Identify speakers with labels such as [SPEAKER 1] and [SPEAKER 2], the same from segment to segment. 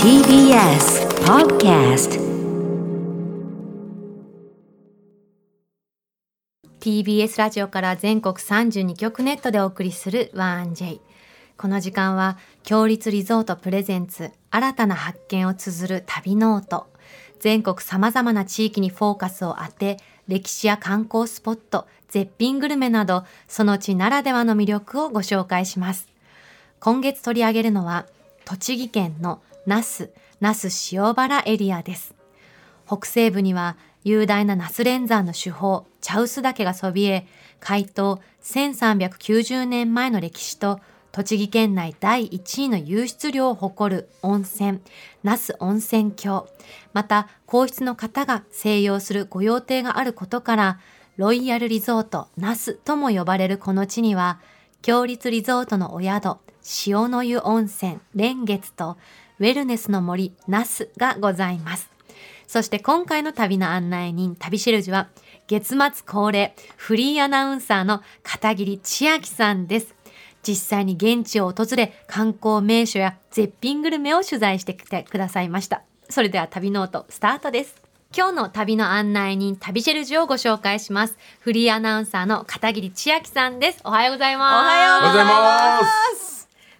[SPEAKER 1] TBS Podcast
[SPEAKER 2] TBS ラジオから全国32局ネットでお送りする「1J」この時間は「強立リゾートプレゼンツ新たな発見」を綴る旅ノート全国さまざまな地域にフォーカスを当て歴史や観光スポット絶品グルメなどその地ならではの魅力をご紹介します今月取り上げるのは栃木県の那須那須塩原エリアです北西部には雄大なナス連山の主峰茶臼岳がそびえ開湯1390年前の歴史と栃木県内第1位の湧出量を誇る温泉那須温泉郷また皇室の方が静養する御用邸があることからロイヤルリゾート那須とも呼ばれるこの地には強立リゾートのお宿、潮の湯温泉、蓮月と、ウェルネスの森、那須がございます。そして今回の旅の案内人、旅しるじは、月末恒例、フリーアナウンサーの片桐千秋さんです。実際に現地を訪れ、観光名所や絶品グルメを取材してきてくださいました。それでは旅ノート、スタートです。今日の旅の案内人、旅シェルジュをご紹介します。フリーアナウンサーの片桐千秋さんです。おはようございます。
[SPEAKER 3] おはようございます
[SPEAKER 4] おはようござい
[SPEAKER 3] す。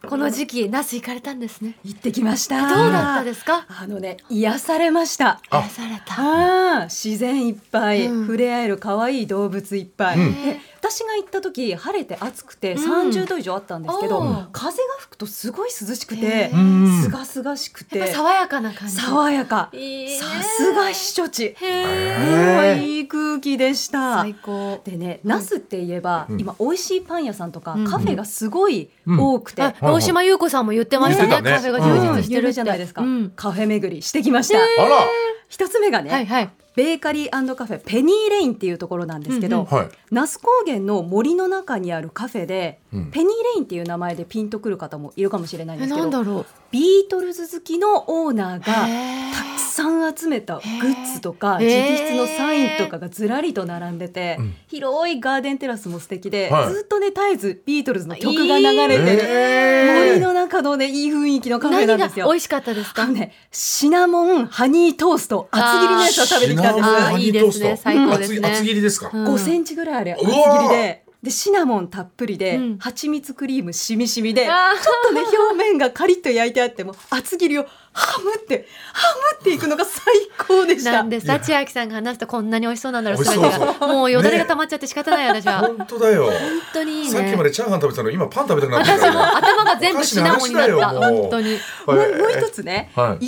[SPEAKER 2] この時期、那須行かれたんですね。
[SPEAKER 3] 行ってきました。
[SPEAKER 2] どうだったですか
[SPEAKER 3] あのね、癒されました。
[SPEAKER 4] あ
[SPEAKER 2] 癒された。
[SPEAKER 3] あー自然いっぱい、
[SPEAKER 2] うん
[SPEAKER 3] 触れ合える可愛い動物いっぱい、
[SPEAKER 4] うん
[SPEAKER 3] で私が行った時晴れて暑くて
[SPEAKER 2] うん
[SPEAKER 3] 30度以上あったんですけど、
[SPEAKER 2] おー
[SPEAKER 3] 風が吹くとすごい涼しく
[SPEAKER 2] へ
[SPEAKER 3] て
[SPEAKER 2] ー
[SPEAKER 4] うん
[SPEAKER 3] すがすがしく
[SPEAKER 2] やっぱ
[SPEAKER 3] て
[SPEAKER 2] 爽やかな感じ。
[SPEAKER 3] 爽やか
[SPEAKER 2] いいね
[SPEAKER 3] さすが避暑地
[SPEAKER 2] へー
[SPEAKER 4] へー
[SPEAKER 3] いい空気でした
[SPEAKER 2] 最高。
[SPEAKER 3] でね那須って言えば、
[SPEAKER 4] うん
[SPEAKER 3] 今美味しいパン屋さんとか、
[SPEAKER 2] うん
[SPEAKER 3] カフェがすごい多くて、
[SPEAKER 2] あ、大島優子さんも言ってましたね。
[SPEAKER 4] 言ってた
[SPEAKER 2] カ
[SPEAKER 4] ね
[SPEAKER 2] フェが充実して
[SPEAKER 3] 有
[SPEAKER 2] るって
[SPEAKER 3] 名じゃないですか、
[SPEAKER 2] うん
[SPEAKER 3] カフェ巡りしてきました、
[SPEAKER 4] あら、
[SPEAKER 3] 一つ目がね、
[SPEAKER 2] はいはい。
[SPEAKER 3] ベーカリーカフェペニーレインっていうところなんですけど、
[SPEAKER 2] うんうん
[SPEAKER 4] はい。
[SPEAKER 3] 那須高原の森の中にあるカフェで、
[SPEAKER 4] うん
[SPEAKER 3] ペニーレインっていう名前でピンとくる方もいるかもしれないんで
[SPEAKER 2] え、
[SPEAKER 3] す
[SPEAKER 2] な
[SPEAKER 3] け
[SPEAKER 2] ん
[SPEAKER 3] ど
[SPEAKER 2] だろう。
[SPEAKER 3] ビートルズ好きのオーナーが
[SPEAKER 2] へー
[SPEAKER 3] たくさん集めたグッズとか
[SPEAKER 2] へ
[SPEAKER 3] 直
[SPEAKER 2] ー
[SPEAKER 3] 筆のサインとかがずらりと並んでて、
[SPEAKER 4] うん
[SPEAKER 3] 広いガーデンテラスも素敵で、
[SPEAKER 4] はい
[SPEAKER 3] ずっとね絶えずビートルズの曲が流れてる、森の中のねいい雰囲気のカフェ
[SPEAKER 2] 何
[SPEAKER 3] なんで
[SPEAKER 2] が
[SPEAKER 3] す
[SPEAKER 2] 美
[SPEAKER 3] よ。
[SPEAKER 2] 味しかったです
[SPEAKER 3] あ
[SPEAKER 2] か
[SPEAKER 3] の。ね、シナモンハニートースト厚切りのやつを食べてきたんで
[SPEAKER 2] あーシナモン
[SPEAKER 3] す
[SPEAKER 2] あーいいですね最高ですね
[SPEAKER 4] 厚切りですか。
[SPEAKER 2] うん
[SPEAKER 3] 5センチぐらいあれ厚
[SPEAKER 4] うわ
[SPEAKER 3] 切
[SPEAKER 4] ー
[SPEAKER 3] りででシナモンたっぷりで、
[SPEAKER 2] うん
[SPEAKER 3] 蜂蜜クリームしみしみでちょ
[SPEAKER 2] あー
[SPEAKER 3] っとね表面がカリッと焼いてあっても厚切りをハムってハムっていくのが最高でし
[SPEAKER 2] な
[SPEAKER 3] た
[SPEAKER 2] んで
[SPEAKER 4] い
[SPEAKER 2] さ
[SPEAKER 4] や
[SPEAKER 2] 千秋さんが話すとこんなに美味しそうなんだろう
[SPEAKER 4] 美味し
[SPEAKER 2] 全
[SPEAKER 4] そう
[SPEAKER 2] てがもうよだれが
[SPEAKER 4] ね
[SPEAKER 2] 溜まっちゃって仕方ない私は本
[SPEAKER 4] 本当だよ。
[SPEAKER 2] 当にいいね
[SPEAKER 4] さっきまでチャーハン食べてたのに今パン食べたくなってるからね。
[SPEAKER 2] 頭が全部シナモンになった
[SPEAKER 4] おかしな話だよもう
[SPEAKER 2] 本当に
[SPEAKER 3] も
[SPEAKER 4] はいう
[SPEAKER 3] もう一つね、
[SPEAKER 4] はい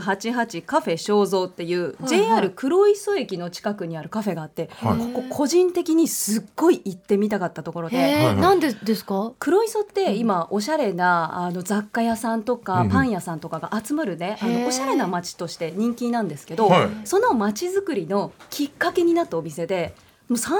[SPEAKER 3] 1988カフェ肖像っていう
[SPEAKER 2] はい
[SPEAKER 3] JR 黒磯駅の近くにあるカフェがあって、
[SPEAKER 4] はい
[SPEAKER 3] ここ個人的にすっごい行ってみたかったところで。
[SPEAKER 2] へ
[SPEAKER 4] は
[SPEAKER 2] ー
[SPEAKER 4] い
[SPEAKER 2] なんでですか
[SPEAKER 3] 黒磯って今おしゃれなあの雑貨屋さんと
[SPEAKER 4] うん
[SPEAKER 3] か
[SPEAKER 4] うん
[SPEAKER 3] パン屋さんとかが集まるねあ
[SPEAKER 2] へー
[SPEAKER 3] のおしゃれな街として人気なんですけど
[SPEAKER 4] はい
[SPEAKER 3] その街づくりのきっかけになったお店でもう30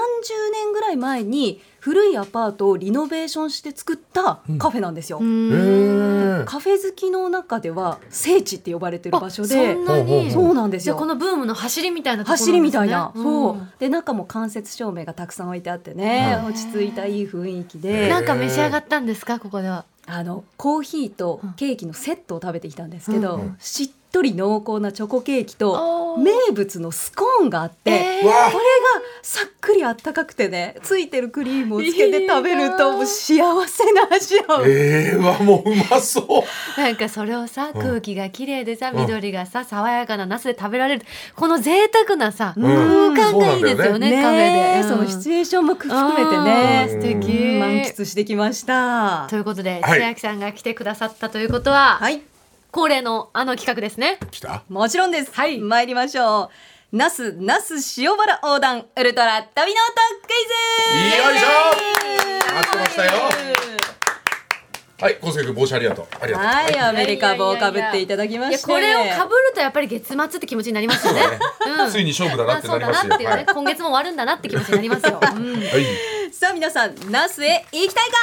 [SPEAKER 3] 年ぐらい前に古いアパートをリノベーションして作ったカフェなんですよ。
[SPEAKER 2] うん
[SPEAKER 4] へー
[SPEAKER 3] カフェ好きの中では聖地って呼ばれてる場所
[SPEAKER 2] あ
[SPEAKER 3] で
[SPEAKER 2] そんな
[SPEAKER 4] ほうほ
[SPEAKER 2] に
[SPEAKER 4] う
[SPEAKER 3] そ
[SPEAKER 4] ほ
[SPEAKER 3] うなんです
[SPEAKER 2] じゃあ
[SPEAKER 3] よ
[SPEAKER 2] こ。のブームの走りみたいなところなんです
[SPEAKER 3] 走
[SPEAKER 2] ね
[SPEAKER 3] りみたいな、そ
[SPEAKER 2] ん
[SPEAKER 3] うで中も間接照明がたくさん置いてあってね、
[SPEAKER 2] はい
[SPEAKER 3] 落ち着いたいい雰囲気
[SPEAKER 4] へ
[SPEAKER 3] で
[SPEAKER 4] ー
[SPEAKER 2] なんか召し上がったんですかここでは
[SPEAKER 3] あのコーヒーと
[SPEAKER 2] うん
[SPEAKER 3] ケーキのセットを食べてきたんですけど、
[SPEAKER 2] うん
[SPEAKER 4] うん
[SPEAKER 3] しっとり濃厚なチョコケーキと
[SPEAKER 2] おー
[SPEAKER 3] 名物のスコーンがあって、
[SPEAKER 2] えー
[SPEAKER 4] う
[SPEAKER 3] こ
[SPEAKER 4] わ
[SPEAKER 3] れがさっくりあったかくてねついてるクリームをつけて食べる
[SPEAKER 2] いい
[SPEAKER 3] と
[SPEAKER 2] な
[SPEAKER 3] もう幸せな味を、
[SPEAKER 4] ええわもううまそう。
[SPEAKER 2] なんかそれをさ
[SPEAKER 4] うん
[SPEAKER 2] 空気が綺麗でさ
[SPEAKER 4] ん
[SPEAKER 2] 緑がさ爽やかなナスで食べられるこの贅沢なさ
[SPEAKER 3] うん
[SPEAKER 2] 空間がいいです
[SPEAKER 4] そう
[SPEAKER 2] よ
[SPEAKER 4] なん
[SPEAKER 2] ね
[SPEAKER 3] ね
[SPEAKER 2] カフェでうん
[SPEAKER 3] そのシチュエーションも含めてね
[SPEAKER 2] うん
[SPEAKER 4] うん
[SPEAKER 2] 素敵
[SPEAKER 3] うん満喫してきました
[SPEAKER 2] と。いうことで
[SPEAKER 4] はい
[SPEAKER 2] 千秋さんが来てくださったということは
[SPEAKER 3] はい
[SPEAKER 2] 恒例のあの企画ですね
[SPEAKER 4] 来た。
[SPEAKER 3] もちろんです。
[SPEAKER 2] はい
[SPEAKER 3] 参りましょう。那須那須塩原横断ウルトラ旅の音クイズ。
[SPEAKER 4] よいし
[SPEAKER 3] ょ
[SPEAKER 4] 待ってましたよはい、昴生君帽子ありがとう。ありがとう。
[SPEAKER 3] はい、ア
[SPEAKER 2] い
[SPEAKER 3] メリカ帽をかぶっていただきま
[SPEAKER 2] いや
[SPEAKER 3] して。
[SPEAKER 2] これをかぶるとやっぱり月末って気持ちになりますよねうん
[SPEAKER 4] ついに勝負だ
[SPEAKER 2] ま
[SPEAKER 4] なっ
[SPEAKER 2] あ
[SPEAKER 4] て
[SPEAKER 2] そ
[SPEAKER 4] な
[SPEAKER 2] う
[SPEAKER 4] り
[SPEAKER 2] だ
[SPEAKER 4] ます
[SPEAKER 2] な
[SPEAKER 4] よ。
[SPEAKER 2] っていうね今月も終わるんだなって気持ちになりますようん
[SPEAKER 4] はい。
[SPEAKER 3] さあ皆さん、那須へ行きたいか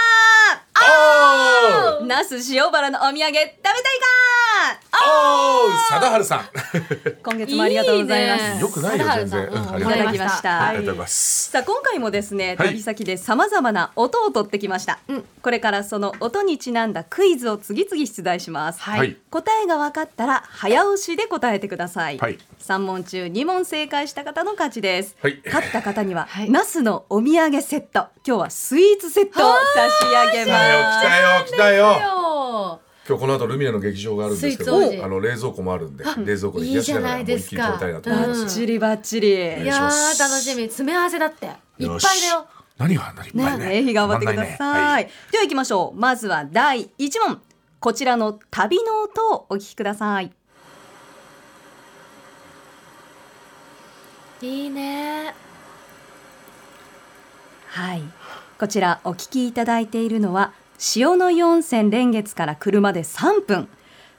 [SPEAKER 4] あ
[SPEAKER 3] 那須塩原のお土産食べたいかお
[SPEAKER 4] おお、貞治さん。
[SPEAKER 3] 今月もありがとうございます
[SPEAKER 2] いいね
[SPEAKER 4] よくないよ全
[SPEAKER 2] 貞
[SPEAKER 4] 然
[SPEAKER 2] 治さん
[SPEAKER 4] うん
[SPEAKER 2] う
[SPEAKER 4] あ
[SPEAKER 2] ん
[SPEAKER 4] り
[SPEAKER 3] い
[SPEAKER 4] がとう
[SPEAKER 3] ただ
[SPEAKER 4] ございます
[SPEAKER 3] きました、
[SPEAKER 2] はい
[SPEAKER 4] ありがとうございます。
[SPEAKER 3] さあ今回もですね
[SPEAKER 4] はい
[SPEAKER 3] 旅先でさまざまな音をとってきました、これからその音にちなんだクイズを次々出題します、
[SPEAKER 4] はいはい
[SPEAKER 3] 答えが分かったら早押しで答えてください、
[SPEAKER 4] はい
[SPEAKER 3] 三3問中2問正解した方の勝ちです、
[SPEAKER 4] はい
[SPEAKER 3] 勝った方には、
[SPEAKER 2] はい
[SPEAKER 3] ナスのお土産セット今日はスイーツセットを差し上
[SPEAKER 4] 来
[SPEAKER 3] げ
[SPEAKER 4] たよ
[SPEAKER 3] ます
[SPEAKER 4] 来たよ来たよ。
[SPEAKER 2] よ
[SPEAKER 4] 今日この後ルミネの劇場があるんですけ
[SPEAKER 2] スイーツ王子
[SPEAKER 4] ど、あの冷蔵庫もあるんで、冷蔵庫で冷やしながらもう一気に食べたいなと思いま
[SPEAKER 2] う
[SPEAKER 4] す
[SPEAKER 2] ん。
[SPEAKER 3] バッチリバッチリ
[SPEAKER 2] い
[SPEAKER 4] お願いし
[SPEAKER 2] や
[SPEAKER 4] ます
[SPEAKER 2] ー楽しみ詰め合わせだっていっぱいだ
[SPEAKER 4] し
[SPEAKER 2] よ。
[SPEAKER 4] 何が何いっぱいね。
[SPEAKER 3] ぜひ頑張ってください。では行きましょう。まずは第一問。こちらの旅の音をお聞きください。
[SPEAKER 2] いいね
[SPEAKER 3] はい。こちらお聞きいただいているのは塩の温泉連月から車で3分。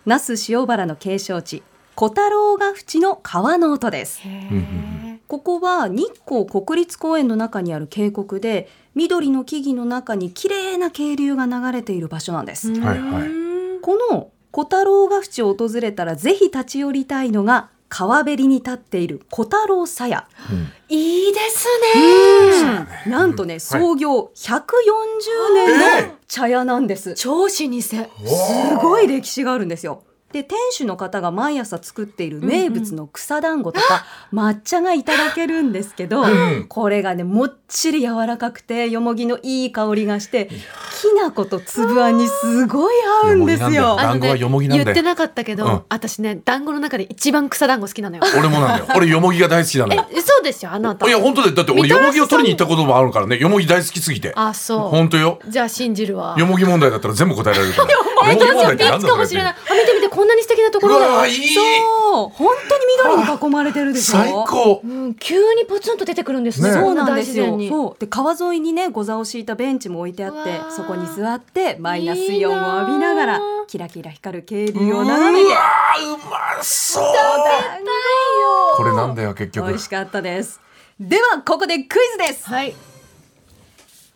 [SPEAKER 3] 那須塩原の景勝地小太郎ヶ淵の川の音です。
[SPEAKER 4] うんうん
[SPEAKER 3] ここは日光国立公園の中にある渓谷で緑の木々の中に綺麗な渓流が流れている場所なんです。
[SPEAKER 4] はいはい
[SPEAKER 2] い。
[SPEAKER 3] この小太郎ヶ淵を訪れたらぜひ立ち寄りたいのが川べりに立っている小太郎さや、
[SPEAKER 4] うん
[SPEAKER 2] いいですね。
[SPEAKER 3] なんとね、創業140年の茶屋なんです、す
[SPEAKER 2] 超老舗。
[SPEAKER 3] ごい歴史があるんですよで店主の方が毎朝作っている名物の草団子とか抹茶がいただけるんですけど、
[SPEAKER 4] ん
[SPEAKER 3] これがねもっちり柔らかくてよもぎのいい香りがしてきな粉と粒あんにすごい合うんです
[SPEAKER 4] よもぎなんだよ
[SPEAKER 3] よ
[SPEAKER 2] あのね
[SPEAKER 4] 団子はよもぎなんだよ
[SPEAKER 2] 言ってなかったけど、
[SPEAKER 4] うん
[SPEAKER 2] 私ね団子の中で一番草団子好きなのよ
[SPEAKER 4] 俺もなんだよ。俺よもぎが大好きなのよ。
[SPEAKER 2] えそうですよあなた
[SPEAKER 4] いや本当だよだって俺
[SPEAKER 2] みた
[SPEAKER 4] よ
[SPEAKER 2] らし
[SPEAKER 4] もぎを取りに行ったこともあるからねよもぎ大好きすぎて
[SPEAKER 2] あそ
[SPEAKER 4] 本当よ
[SPEAKER 2] うじゃあ信じるわ
[SPEAKER 4] よもぎ問題だったら全部答えられる からよ
[SPEAKER 2] 本
[SPEAKER 4] も
[SPEAKER 2] 当
[SPEAKER 4] ぎ
[SPEAKER 2] で
[SPEAKER 4] 問
[SPEAKER 2] す
[SPEAKER 4] 題
[SPEAKER 2] よ
[SPEAKER 4] っ
[SPEAKER 2] ピンチかもしれない
[SPEAKER 4] て何だろうね
[SPEAKER 2] あ見て見てこんなに素敵なとこ
[SPEAKER 4] う
[SPEAKER 2] ろだ
[SPEAKER 4] わ
[SPEAKER 2] よ
[SPEAKER 4] ーいい
[SPEAKER 3] そう本当に緑に囲まれてるでしょ
[SPEAKER 4] 最高
[SPEAKER 2] うん、急にポツンと出てくるんですね
[SPEAKER 4] ね
[SPEAKER 3] そうなんです
[SPEAKER 2] こ
[SPEAKER 3] よ
[SPEAKER 2] 大自然に
[SPEAKER 3] そうで川沿いにねご座を敷いたベンチも置いてあ
[SPEAKER 2] うわ
[SPEAKER 3] っ
[SPEAKER 2] ー
[SPEAKER 3] てそこに座ってマイナスイオンを浴びなが
[SPEAKER 2] いい
[SPEAKER 3] ら
[SPEAKER 2] なー
[SPEAKER 3] キラキラ光る渓
[SPEAKER 4] う
[SPEAKER 3] 流を
[SPEAKER 4] わ
[SPEAKER 3] 眺めて
[SPEAKER 4] ーうまそうこれなんだよ結
[SPEAKER 3] 美
[SPEAKER 4] 局
[SPEAKER 3] 味しかったですではここでクイズです
[SPEAKER 2] はい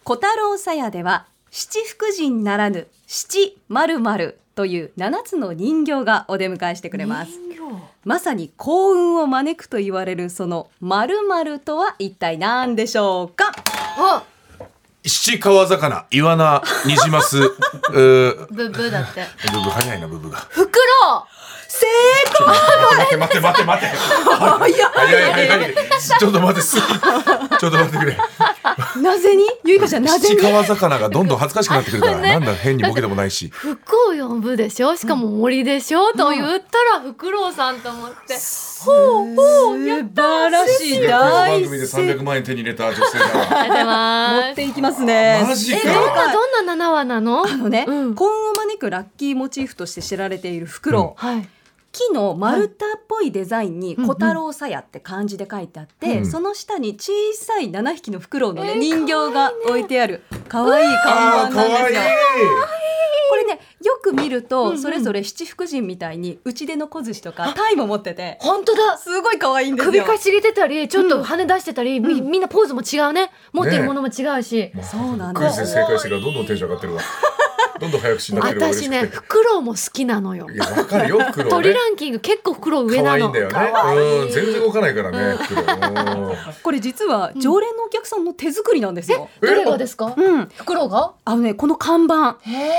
[SPEAKER 3] 小太郎さやでは七福神ならぬ七〇〇という7つの人形がお出迎えしてくれます
[SPEAKER 2] 人形
[SPEAKER 3] まさに幸運を招くと言われるその〇〇とは一体何でしょうか
[SPEAKER 2] お
[SPEAKER 4] 七川魚イワナニジマス うー
[SPEAKER 2] ブブーだって
[SPEAKER 4] ブブ早いなブブが
[SPEAKER 2] 袋
[SPEAKER 3] 正
[SPEAKER 4] ちょっと待って待って待って待って
[SPEAKER 3] 解
[SPEAKER 4] 早い早いちょっと待ってすちょっと待ってくれ
[SPEAKER 3] なぜにゆいかちゃんなぜ
[SPEAKER 4] 七
[SPEAKER 3] に
[SPEAKER 4] 川魚がどんどん恥ずかしくなってくるからなんだ変にボケでもないし
[SPEAKER 2] 服を呼ぶでしょしかも森でしょ、と言ったらフクロウさんと思って、
[SPEAKER 3] ほうほうやった素晴らしい大成
[SPEAKER 4] 万円手に入れた女性が
[SPEAKER 2] ありがとうございます
[SPEAKER 3] 持っていきますね
[SPEAKER 4] マジか
[SPEAKER 3] えなんか
[SPEAKER 2] どんな7話なの
[SPEAKER 3] あのね、
[SPEAKER 2] うん
[SPEAKER 3] 幸運を招くラッキーモチーフとして知られているフクロウ、
[SPEAKER 4] うん
[SPEAKER 2] はい
[SPEAKER 3] 木の丸太っぽいデザインに「
[SPEAKER 2] うんうん
[SPEAKER 3] 小太郎さや」って漢字で書いてあって、
[SPEAKER 4] うん
[SPEAKER 3] その下に小さい7匹のフクロウの、ね
[SPEAKER 2] えー
[SPEAKER 3] 人形が置いてある可愛い看
[SPEAKER 4] あ
[SPEAKER 3] 板
[SPEAKER 4] ー
[SPEAKER 3] なん
[SPEAKER 4] 可
[SPEAKER 3] で
[SPEAKER 4] 愛
[SPEAKER 3] す
[SPEAKER 4] い
[SPEAKER 3] よ。これねよく見ると、
[SPEAKER 2] うんうん
[SPEAKER 3] それぞれ七福神みたいに打ち出の小寿司とかタイも持ってて
[SPEAKER 2] 本当だ
[SPEAKER 3] すごい可愛いんですよ。
[SPEAKER 2] 首かしげてたりちょっと羽出してたり、みみんなポーズも違うね持ってるものも違うし、
[SPEAKER 3] そうなん
[SPEAKER 4] ク
[SPEAKER 3] で
[SPEAKER 4] イ
[SPEAKER 3] す
[SPEAKER 4] ズ
[SPEAKER 3] よ
[SPEAKER 4] で正解してからどんどんテンション上がってるわ。どんどん早口になってるわ。嬉し
[SPEAKER 2] 私
[SPEAKER 4] く
[SPEAKER 2] ね
[SPEAKER 4] て
[SPEAKER 2] フクロウも好きなのよ
[SPEAKER 4] いや、わか るよ、黒ね。
[SPEAKER 2] 鳥ランキング結構フクロウ上
[SPEAKER 4] 可
[SPEAKER 2] な
[SPEAKER 4] 愛い
[SPEAKER 2] の
[SPEAKER 4] んだよね。うん、全然動かないからね、黒。うん
[SPEAKER 3] これ実は常連のお客さんの手作りなんですよ。
[SPEAKER 2] どれがですか、
[SPEAKER 3] うん、
[SPEAKER 2] フクロウが
[SPEAKER 3] あのねこの看板
[SPEAKER 2] へ
[SPEAKER 3] 2
[SPEAKER 2] え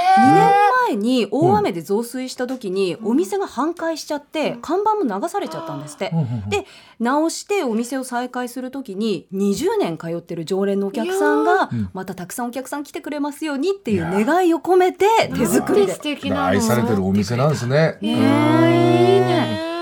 [SPEAKER 3] 年前に大雨で増水した時にお店が半壊しちゃって看板も流されちゃったんですって。で直してお店を再開する時に20年通ってる常連のお客さんが
[SPEAKER 4] うん
[SPEAKER 3] またたくさんお客さん来てくれますようにっていう願いを込めて手作りで
[SPEAKER 2] 素敵なの
[SPEAKER 4] 愛されてるお店なんですね。
[SPEAKER 2] ねえいい
[SPEAKER 4] うん
[SPEAKER 2] ね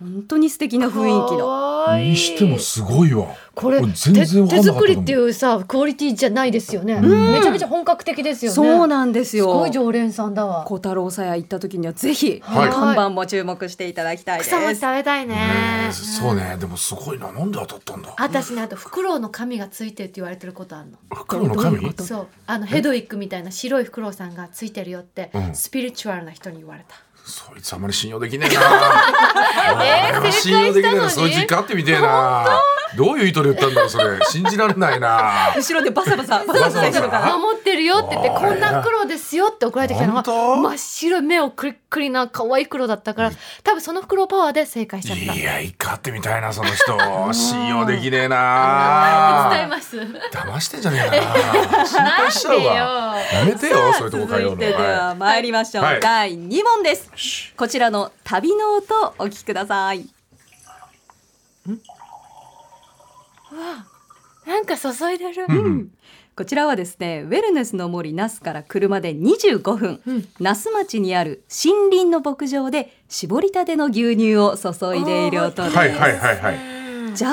[SPEAKER 3] 本当に素敵な雰囲気の。
[SPEAKER 2] かわいい
[SPEAKER 4] にしてもすごいわ。
[SPEAKER 2] これ
[SPEAKER 4] これ全然わかん
[SPEAKER 2] 手
[SPEAKER 4] なかっ
[SPEAKER 2] 作
[SPEAKER 4] たと
[SPEAKER 2] り
[SPEAKER 4] 思う
[SPEAKER 2] っていうさクオリティじゃないですよね、めちゃめちゃ本格的ですよね
[SPEAKER 3] そうなんです
[SPEAKER 2] す
[SPEAKER 3] よ
[SPEAKER 2] ごい。常連さんだわ
[SPEAKER 3] 小太郎さや行った時にはぜひ
[SPEAKER 4] はい
[SPEAKER 3] 看板も注目していただきたいです。
[SPEAKER 2] 草餅食べたいね
[SPEAKER 4] ねえそうね、でもすごいな、なんで当たったんだ。
[SPEAKER 2] 私ねあとフクロウの髪がついてるって言われてることあるの
[SPEAKER 4] 黒の
[SPEAKER 3] どういう
[SPEAKER 4] 神
[SPEAKER 3] こ。と
[SPEAKER 2] そうあのヘドウィックみたいな白いフクロウさんがついてるよって、
[SPEAKER 4] うん
[SPEAKER 2] スピリチュアルな人に言われた
[SPEAKER 4] そいつあんまり信用できねえな。あんまり信用できねえ
[SPEAKER 2] えー
[SPEAKER 4] な、
[SPEAKER 2] 正
[SPEAKER 4] そ
[SPEAKER 2] 解
[SPEAKER 4] いつ
[SPEAKER 2] したのに
[SPEAKER 4] 一回会ってみてえな。どういう意図で言ったんだろうそ れ信じられないな
[SPEAKER 3] 後ろでバサバサバ
[SPEAKER 4] サバサ
[SPEAKER 3] いたのかな
[SPEAKER 5] 守ってるよって言って
[SPEAKER 4] あー
[SPEAKER 5] こんな黒ですよって送られてきたのが
[SPEAKER 4] 本当
[SPEAKER 5] 真っ白い目をくりっくりな可愛い黒だったから多分その黒パワーで正解しちゃった
[SPEAKER 4] いや一回会ってみたいなそ の人信用できねえな
[SPEAKER 5] 伝えます
[SPEAKER 4] 騙してんじゃねえか な心配しちゃうわやめてよそういうとこ通
[SPEAKER 3] 続
[SPEAKER 4] う
[SPEAKER 3] いてで
[SPEAKER 4] のは
[SPEAKER 3] は参りましょう、
[SPEAKER 4] はい
[SPEAKER 3] 第2問です
[SPEAKER 4] いし
[SPEAKER 3] こちらの旅の音をお聞きください
[SPEAKER 5] なんか注いでる、
[SPEAKER 3] こちらはですねウェルネスの森那須から車で25分、
[SPEAKER 5] うん
[SPEAKER 3] 那須町にある森林の牧場で搾りたての牛乳を注いでいる音です、
[SPEAKER 4] はいはいはいはい
[SPEAKER 3] ジャー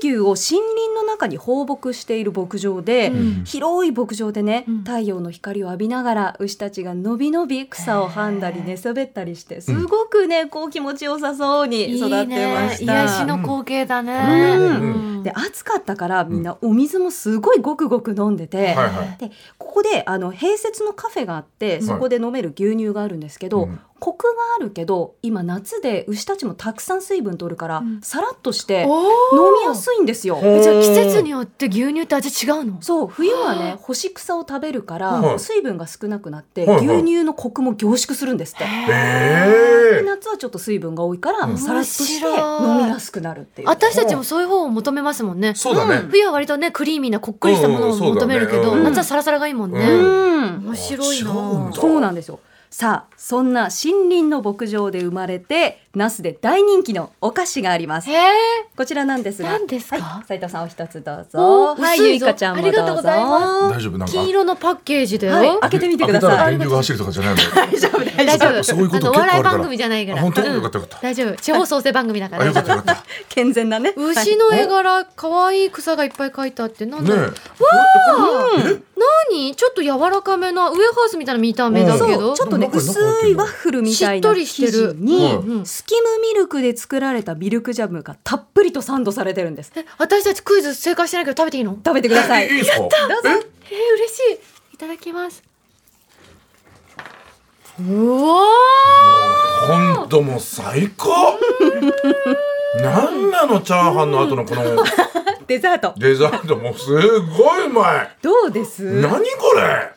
[SPEAKER 3] ジー牛を森林の中に放牧している牧場で、
[SPEAKER 5] うん
[SPEAKER 3] 広い牧場でね、
[SPEAKER 5] うん
[SPEAKER 3] 太陽の光を浴びながら牛たちがのびのび草をはんだり寝そべったりしてすごくねこう気持ちよさそうに育ってました。
[SPEAKER 5] いいね癒しの光景だね、
[SPEAKER 3] うん
[SPEAKER 5] うん
[SPEAKER 3] で暑かったからみんなお水もすごいごくごく飲んでて、
[SPEAKER 4] はいはい
[SPEAKER 3] でここであの併設のカフェがあってそこで飲める牛乳があるんですけど、
[SPEAKER 4] うん
[SPEAKER 3] コクがあるけど今夏で牛たちもたくさん水分取るから、
[SPEAKER 5] ん
[SPEAKER 3] さらっとして飲
[SPEAKER 5] お
[SPEAKER 3] みやすいんですよ。
[SPEAKER 5] ーじゃあ季節によって牛乳って味違うの
[SPEAKER 3] そう冬はね干し草を食べるから、
[SPEAKER 4] はい
[SPEAKER 3] 水分が少なくなって、
[SPEAKER 4] はいはい
[SPEAKER 3] 牛乳のコクも凝縮するんですって。
[SPEAKER 4] ええ
[SPEAKER 3] 夏はちょっと水分が多いから、
[SPEAKER 4] うん
[SPEAKER 3] さらっとして
[SPEAKER 5] 面白い
[SPEAKER 3] 飲みやすくなるっていう。
[SPEAKER 5] 私たちもそういう方を求めますもんね
[SPEAKER 4] そうだね
[SPEAKER 5] 冬は割とねクリーミーなこっくりしたもの
[SPEAKER 4] うんう
[SPEAKER 5] を
[SPEAKER 4] んそうだ
[SPEAKER 5] 求
[SPEAKER 4] ね
[SPEAKER 5] めるけど、
[SPEAKER 4] うん
[SPEAKER 5] 夏はサラサラがいいもんね、
[SPEAKER 4] うん
[SPEAKER 3] うん
[SPEAKER 5] 面白いな
[SPEAKER 4] あ違うんだ
[SPEAKER 3] そうなんですよ。さあ、そんな森林の牧場で生まれて、那須で大人気のお菓子があります。
[SPEAKER 5] へえ
[SPEAKER 3] こちらなんですが。
[SPEAKER 5] 何ですか
[SPEAKER 3] はい、斉藤さんお一つどう
[SPEAKER 5] お
[SPEAKER 3] ぞ。
[SPEAKER 5] ー
[SPEAKER 3] はい、
[SPEAKER 5] 薄
[SPEAKER 3] ゆ
[SPEAKER 5] い
[SPEAKER 3] い
[SPEAKER 5] ぞ
[SPEAKER 3] かちゃんもどうぞ。
[SPEAKER 5] ありがとうございま
[SPEAKER 4] 大丈夫なんか
[SPEAKER 5] 金色のパッケージだよ、
[SPEAKER 3] はい開けてみてくだ
[SPEAKER 4] 開けたら
[SPEAKER 3] さい。
[SPEAKER 4] 電流が走るとかじゃないの
[SPEAKER 3] 大丈夫、大丈
[SPEAKER 5] 大丈
[SPEAKER 3] 夫。
[SPEAKER 5] 夫
[SPEAKER 4] そういうこと結
[SPEAKER 5] あの
[SPEAKER 4] 構あるから
[SPEAKER 5] 笑い番組じゃないから
[SPEAKER 4] あ本当
[SPEAKER 5] うん
[SPEAKER 4] よかったよかった
[SPEAKER 5] 大丈夫地方創生番組だか
[SPEAKER 4] あ
[SPEAKER 5] ら
[SPEAKER 4] よか
[SPEAKER 5] 大
[SPEAKER 4] った
[SPEAKER 5] 丈
[SPEAKER 4] よ
[SPEAKER 5] 夫
[SPEAKER 4] かった
[SPEAKER 3] 健全なね。
[SPEAKER 5] 牛の絵柄可愛い草がいっぱい描いてあってなん
[SPEAKER 4] ね
[SPEAKER 5] だろう、
[SPEAKER 4] え
[SPEAKER 5] 何ちょっと柔らかめなウエハースみたいな見た目だけ
[SPEAKER 3] そ
[SPEAKER 5] ど
[SPEAKER 3] う、ちょっとね、
[SPEAKER 4] なんかなんか
[SPEAKER 3] 薄いワッフルみたいな生
[SPEAKER 5] しっとりして
[SPEAKER 3] 地
[SPEAKER 5] るう
[SPEAKER 3] に、
[SPEAKER 5] ん
[SPEAKER 3] スキムミルクで作られたミルクジャムがたっぷりとサンドされてるんです。
[SPEAKER 5] え私たちクイズ正解してないけど食べていいの
[SPEAKER 3] 食べてくださ
[SPEAKER 4] え
[SPEAKER 3] い
[SPEAKER 4] い。いですか
[SPEAKER 3] どうぞ。
[SPEAKER 5] えー、嬉しいいただきますうわ
[SPEAKER 4] 今度も最高なんなのチャーハンの後のこの
[SPEAKER 3] デザート。
[SPEAKER 4] デザートもすごいうまい
[SPEAKER 3] どうです
[SPEAKER 4] 何これ